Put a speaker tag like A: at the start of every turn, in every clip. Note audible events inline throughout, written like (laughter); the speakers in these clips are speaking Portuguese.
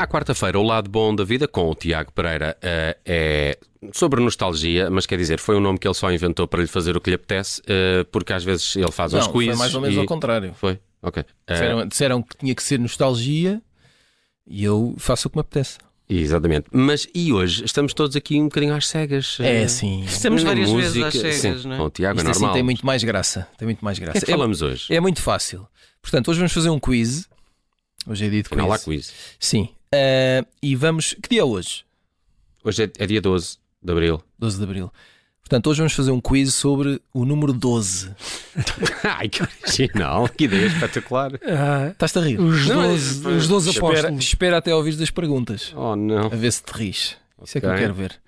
A: À quarta-feira, o lado bom da vida com o Tiago Pereira eh, é sobre nostalgia, mas quer dizer, foi um nome que ele só inventou para lhe fazer o que lhe apetece, eh, porque às vezes ele faz uns
B: Não, foi
A: quizzes.
B: mais ou menos
A: e-
B: ao contrário.
A: Foi? Ok. Eh,
B: Disseram, disseram que tinha que ser nostalgia e eu faço o que me apetece.
A: exatamente. Mas e hoje estamos todos aqui um bocadinho às cegas.
B: É
A: eh,
B: assim. Isto
A: na
C: Estamos várias vezes
A: música.
C: às cegas,
A: Sim,
C: não é?
A: com o Tiago é
B: assim
A: normal.
B: tem muito mais graça. Tem muito mais
A: O que é
B: graça.
A: que falamos hoje?
B: É, é muito fácil. Portanto, hoje vamos fazer um quiz. Hoje é dia de quiz.
A: Afinal, há quiz.
B: Sim. Ah, e vamos. Que dia é hoje?
A: Hoje é, é dia 12 de abril. (laughs)
B: 12 de Abril. Portanto, hoje vamos fazer um quiz sobre o número 12.
A: Ai, que original, que ideia espetacular.
C: Ah,
B: Estás-te a rir? é,
C: os, 12, os 12
B: Espera,
C: apóstolos.
B: espera até ouvires das perguntas.
A: Oh, não.
B: A ver se te ris. Isso é que eu
A: Ok.
B: quero ver.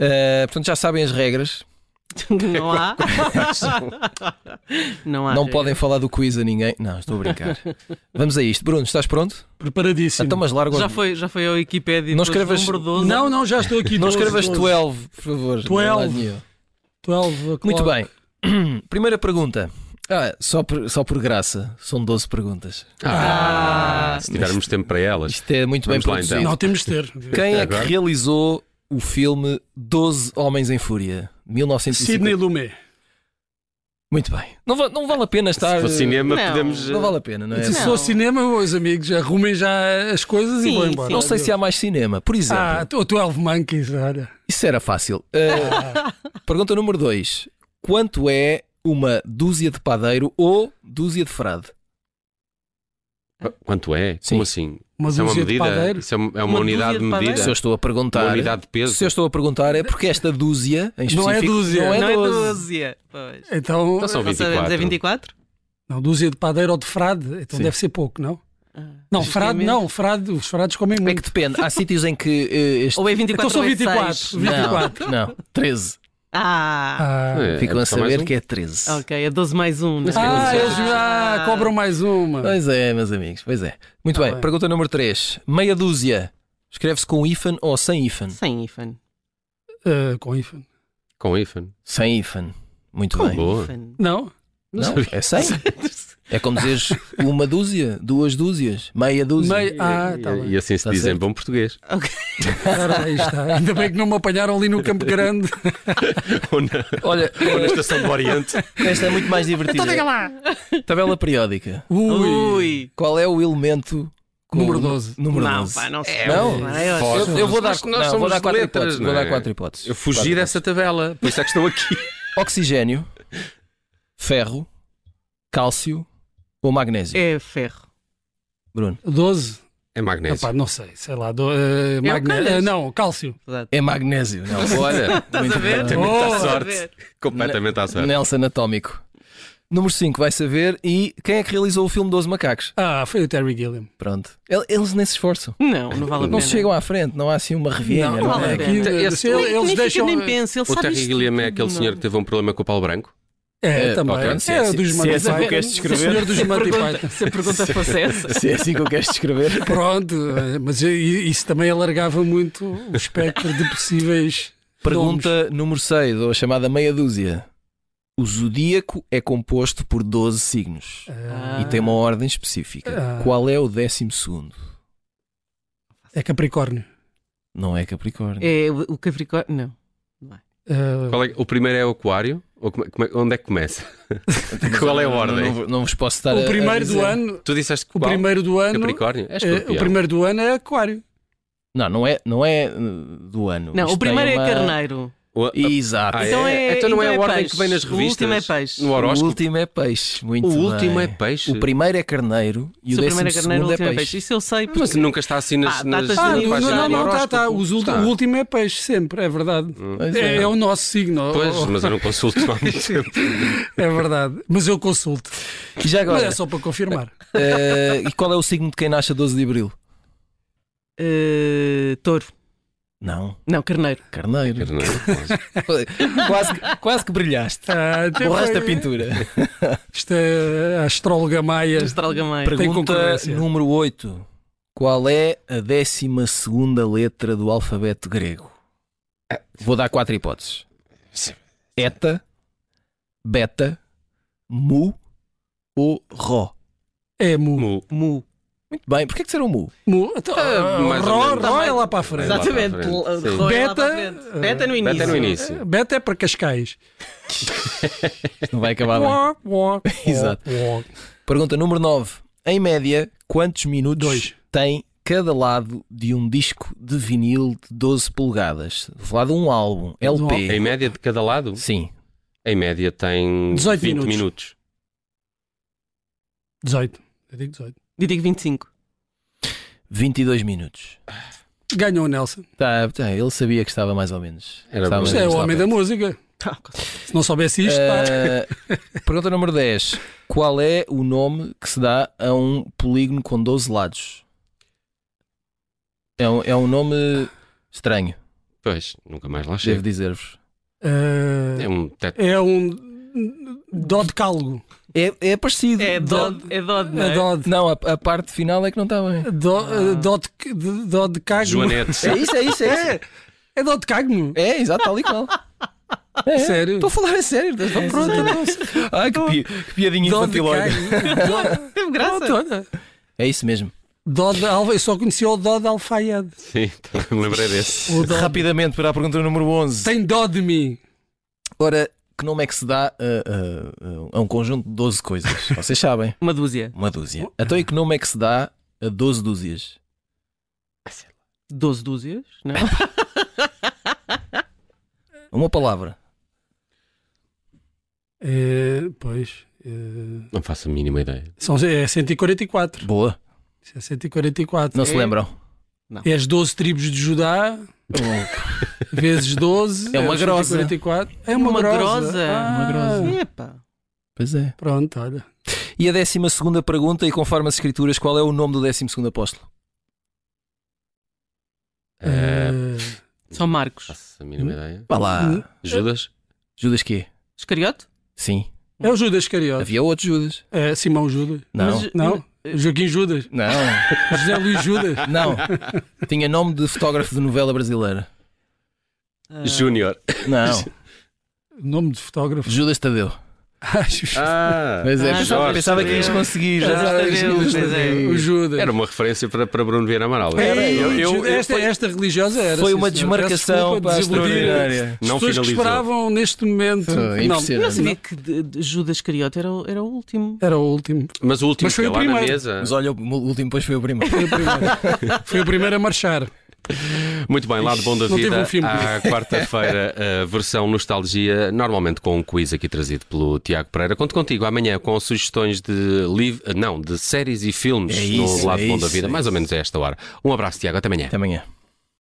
B: Ah, portanto, já sabem as regras.
C: (laughs) Não há. não é? há.
B: Não podem falar do quiz a ninguém. Não, estou a brincar. Vamos a isto. Bruno, estás pronto?
D: Preparadíssimo.
B: Então, mas larga
C: Já foi, já foi ao Wikipedia.
B: Não
C: depois
B: escrevas-
C: Número 12.
D: Não, não, já estou aqui.
B: Não
D: 12,
B: escrevas
D: 12.
B: 12, por favor. Não há
D: 12.
B: nenhum.
D: 12 o'clock.
B: Muito bem. (clears throat) Primeira pergunta. Ah, só, por, só por graça, são 12 perguntas.
A: Ah, se tivermos tempo para elas.
B: Isto é muito
A: Vamos
B: bem
A: lá,
B: produzido.
D: Não, temos de ter.
B: Quem é que
A: Agora?
B: realizou o filme 12 Homens em Fúria? 1950.
D: Sidney Lumet.
B: Muito bem. Não, va- não vale a pena estar.
A: Se for cinema,
C: Não.
A: podemos. eh,
B: Não vale a pena, não é?
D: Se for cinema, os amigos, arrumem já as coisas
C: Sim,
D: e vão embora.
C: sim.
B: Não sei se há mais cinema. Por exemplo,
D: Ah, o 12 Monkeys, olha.
B: isso era fácil. Ah, pergunta número 2. Quanto é uma dúzia de padeiro ou dúzia de frade?
A: Quanto é?
B: Sim.
A: Como assim?
D: Mas
A: Isso é
D: um
A: uma
D: dia de
A: medida?
D: padeiro.
A: Isso é uma, é uma
C: Uma
A: unidade de
C: dúzia de
A: medida?
C: padeiros?
B: Se eu estou a perguntar.
A: Uma unidade de peso?
B: Se eu estou a perguntar é porque esta dúzia em
D: Não é
B: específico,
D: dúzia.
B: não é
C: Não é
B: 12.
C: 12. Pois.
D: Então,
A: Então são
C: Não sabemos, é
A: 24.
C: 24?
D: não, dúzia de padeiro ou de frade, então
B: Sim.
D: deve ser pouco, não?
C: Ah,
D: Não,
C: justamente.
D: frade não, frade, os frades comem
B: É que
D: muito.
B: depende. Há sítios em que eh, este...
C: Ou é 24
D: Então são
C: ou é
D: 24.
C: 6?
B: Não,
D: 24.
B: Não, 13.
C: Ah,
D: Ah,
A: É,
B: Ficam
A: é
B: a
A: só mais
B: saber
A: um?
B: que é 13.
C: ok, é 12 mais 1.
D: Ah, eles já cobram mais uma.
B: é? Pois é, meus amigos, pois é. Muito
A: Ah,
D: Tá
B: bem.
D: bem.
B: pergunta número 3. Meia dúzia. Escreve-se com hífen ou sem hífen?
C: Sem ifan.
D: Ah, com hífen.
A: Com hífen.
B: Sem hífen. Muito bem.
A: Boa.
C: Ifan.
D: Não?
B: Não, é 100. É como dizeres uma dúzia, duas dúzias, meia dúzia. É,
D: Meia- Ah, tá
A: e,
D: bem.
A: e assim se
B: Tá
A: diz em
B: certo.
A: bom português.
D: Ora, aí está. Ainda bem que não me apanharam ali no Campo Grande.
A: ou, na,
B: Olha,
A: ou na Estação do Oriente.
B: esta é muito mais divertida. Tabela periódica.
D: Ui.
C: Ui.
B: Qual é o elemento com
D: Número 12.
B: Número
C: Não,
B: 12.
C: pá, não sei.
B: Não?
C: Vai, olha.
A: Foge.
B: Eu, eu vou dar,
A: Nós- nós
B: não, vou
A: somos
B: dar quatro
A: letras,
B: hipóteses.
A: não
B: Vou dar
A: é?
B: quatro hipóteses.
A: Eu fugi
B: Quatro
A: dessa tabela. Por isso é que estou aqui.
B: hipóteses. Oxigênio, ferro, cálcio ou magnésio?
C: É ferro.
B: Bruno.
D: 12?
A: É magnésio.
D: Epá, não sei, sei lá. Do, eh,
C: É o
D: magne-
C: cálcio.
D: eh, não, cálcio.
C: Exato.
B: É magnésio, não.
A: Olha,
C: Estás a ver?
A: tem muita
D: Boa.
A: sorte. Completamente à sorte.
B: Nelson Anatómico. Número 5, vai saber. E quem é que realizou o filme 12 Macacos?
D: Ah, foi o Terry Gilliam.
B: Pronto. El- Eles nem se esforçam.
C: Não, não vale a pena.
B: Não se chegam à frente, não há assim uma revinha.
C: não vale a
B: é?
C: pena.
D: Aqui, eh,
A: Esse-
D: se ele-
C: Nem-
D: eles
C: nem
D: deixam.
C: Fica, nem pensa, ele
A: O
C: sabe
A: Terry
C: isto
A: Guilherme é
C: tudo,
A: aquele senhor que teve um problema com o pau branco?
D: É,
B: É,
D: também.
A: ok.
B: Se
D: é
B: é-
D: dos
B: se
D: Monty
B: é assim que
D: Python.
B: queres
D: O senhor dos
C: não.
D: Monty
C: Pergunta-
D: Python.
C: Se a pergunta fosse
B: (laughs)
C: essa.
B: Se é assim que eu queres descrever.
D: Pronto, eh, mas i- isso também alargava muito
B: (laughs)
D: o espectro de possíveis.
B: Pergunta número 6, ou a chamada meia dúzia. O zodíaco é composto por 12 signos
D: Ah,
B: e tem uma ordem específica.
D: Ah.
B: Qual é o décimo segundo?
D: é Capricórnio.
B: Não é Capricórnio.
C: É o o Capricórnio. Não.
D: Eh,
A: Qual é- o primeiro é o aquário? Ou como é- como é- onde é que começa? Qual é a ordem?
B: Não, não- não vos posso estar a-
D: o
B: a
D: primeiro do
B: dizer.
D: ano.
A: Tu disseste que
D: O primeiro do ano.
A: Capricórnio? É
D: eh,
A: escorpião.
D: o primeiro do ano é Aquário.
B: Não, não é, não é uh, do ano.
C: Não,
B: Isto
C: o primeiro
B: tem uma-
C: é carneiro.
A: O-
B: Exato.
A: Ah,
C: Então é-
A: então não é a
C: então é
A: ordem
C: peixe.
A: que vem nas
C: O
A: revistas.
C: último é peixe.
A: No
B: O
A: horóscopo.
B: último é peixe, muito
A: O último
B: bem.
A: é peixe.
B: O primeiro é carneiro e
C: Se
B: o
C: o
B: décimo
C: primeiro é carneiro, o
B: segundo é
C: último
B: peixe.
C: é peixe. Isso eu sei. Porque...
A: Mas nunca está assim nas.
C: Ah,
A: nas-
C: datas
D: Ah,
C: Sim,
D: não,
C: vai
D: não,
C: estar
D: não,
C: no
D: não, tá, tá.
A: horóscopo.
D: Os ulti-
A: Está.
D: O último é peixe, sempre, é verdade.
B: Pois
D: É,
B: é.
D: é o nosso signo. oh,
A: Pois, mas eu não consulto há
C: (laughs)
A: muito tempo.
D: É verdade. Mas eu consulto.
B: E já
D: Mas
B: agora,
D: é só para confirmar.
B: eh, e qual é o signo de quem nasce a 12 de abril?
C: Eh, touro.
B: Não,
C: Não, carneiro.
B: carneiro.
A: Não é?
B: (laughs) quase, que- quase que brilhaste.
D: Ah, até
B: Borraste
D: foi-
B: a pintura.
D: Isto é a astróloga maia.
C: Estralgamai.
D: Tem
B: Pergunta
D: concorrência.
B: número 8. Qual é a 12 letra do alfabeto grego? Vou dar quatro hipóteses: eta, beta, mu ou ró?
D: É mu.
A: Mu.
C: Mu.
B: Muito bem, porquê que disseram mu?
D: mu. Então,
A: Ah, mais ou
D: ró,
A: menos.
D: ró é lá para a frente.
A: Exato.
C: Exatamente.
A: para a frente, sim.
C: Roi lá para a
D: Beta-
C: frente. Beta no início.
A: Beta no início.
D: É, Beta é para Cascais.
B: Isto não vai acabar Tá bem.
D: Uó, uó,
B: Exato.
D: uó.
B: Pergunta número 9. Em média, quantos minutos
D: Dois.
B: tem cada lado de um disco de vinil de 12 polegadas? Vou falar de um álbum, LP.
A: Em média de cada lado,
B: Sim.
A: em média tem
D: 18
A: 20
D: minutos.
A: minutos.
D: 18. Eu digo 18.
C: Eu digo 25.
B: 22 minutos.
D: Ganhou o Nelson.
B: Tá, tá, ele sabia que estava mais ou menos.
A: Era
B: Estava
A: bom.
B: mais ou
D: Isto é o
B: menos lá
D: homem da música.
C: Tá.
D: Se não soubesse isto, pá.
B: Uh, pergunta número 10. Qual é o nome que se dá a um polígono com 12 lados? É um, é um nome estranho,
A: Pois, nunca mais lá
B: devo
A: chego.
B: dizer-vos.
A: É
D: Ah,
A: um teto.
C: (laughs)
D: é um dó de calgo.
B: É, é parecido.
C: É
B: Dó-
C: Dod. É Dod, não
D: É
C: é?
D: dó de,
B: Não, a, a parte final é que não está bem.
D: dó, ah, dó de, de- dó de cagmo.
A: Joanetes.
B: É isso, é isso, é isso.
D: É dó de cagmo.
B: É, exato, tal e (laughs) qual. É, é.
D: Sério?
B: Estou a falar a sério. Então, pronto, então. Ai, que, pi- que piadinha
D: Dó de
B: infantil. olha. (laughs)
D: cagmo.
C: Teve graça.
D: Pronto, olha.
B: É isso mesmo.
D: Dó de alfa. Eu só conhecia o dó de alfaiade.
A: Sim, também me lembrei desse.
D: O dó-
B: é Rapidamente para a pergunta número 11.
D: Tem dó de mim.
B: Ora, que nome é que se dá a, a- a um conjunto de 12 coisas? (laughs) Vocês sabem.
C: Uma dúzia.
B: Uma dúzia. Então, e que nome é que se dá a 12 dúzias?
C: 12 dúzias? Não? é?
B: Uma palavra.
D: É, pois. é,
A: Não faço a mínima ideia.
D: são, é 144.
B: Boa.
D: Isso é 144.
B: Não se
C: É.
B: lembram?
D: É as 12 tribos de Judá, vezes 12.
B: É uma
D: os
B: grosa.
D: 144. É uma,
C: Uma
D: grosa.
C: grosa.
D: Ah,
B: Uma grosa.
C: Epá.
B: Pois é.
D: Pronto, olha.
B: E a 12 pergunta, e conforme as escrituras, qual é o nome do 12 apóstolo?
C: Ah.
A: Eh,
D: Eh,
C: São Marcos.
A: faço a mínima ideia.
B: É, Vá lá.
A: Judas?
B: Judas quê?
C: Iscariote?
B: Sim.
D: é o Judas Carioca.
B: Havia outro Judas.
D: É Simão Judas.
B: Não.
C: Mas-
D: Não?
C: Eh,
D: Joaquim Judas.
B: Não.
D: José Luís Judas.
B: Não. Tinha nome de fotógrafo de novela brasileira.
C: ah,
A: Júnior.
B: Não.
D: Nome de (laughs) fotógrafo.
B: Judas Tadeu.
D: Acho-
A: Ah,
B: Mas é,
C: Ah,
B: pensava,
A: Jorge
B: pensava que
A: Tadeu.
B: ias conseguir.
C: Judas
B: já.
C: Tadeu,
B: Judas
C: pois é.
B: Tadeu.
D: o Judas.
A: Era uma referência para, para Bruno Vieira Amaral.
B: Era,
D: Ei,
A: eu- eu- eu-
D: esta, esta religiosa era.
B: Foi
D: sim,
B: uma
D: senhor. Peço
B: desmarcação
D: desculpa,
B: pá,
D: desiludir.
B: extraordinária.
A: Não
D: Pessoas que
A: finalizou.
D: esperavam neste momento.
B: Ah,
D: não,
B: impossível.
C: Não sabia que de- de Judas Iscariote era, o- era o último.
D: era o último.
A: Mas o último
D: Mas foi
A: que é
D: o
A: lá na
D: primeiro.
A: mesa.
B: Mas olha, o último depois foi o primeiro.
D: Foi o primeiro. Foi o primeiro a marchar.
A: Muito bem, lado bom da
D: Não teve
A: vida.
D: um filme. (laughs)
A: À quarta-feira, a versão nostalgia, normalmente com um quiz aqui trazido pelo Tiago Pereira. Conto contigo amanhã com sugestões de liv... não, de séries e filmes
B: É isso,
A: no lado
B: é
A: bom da
B: isso,
A: vida,
B: é
A: mais ou menos a esta hora. Um abraço, Tiago, até amanhã.
B: Até amanhã.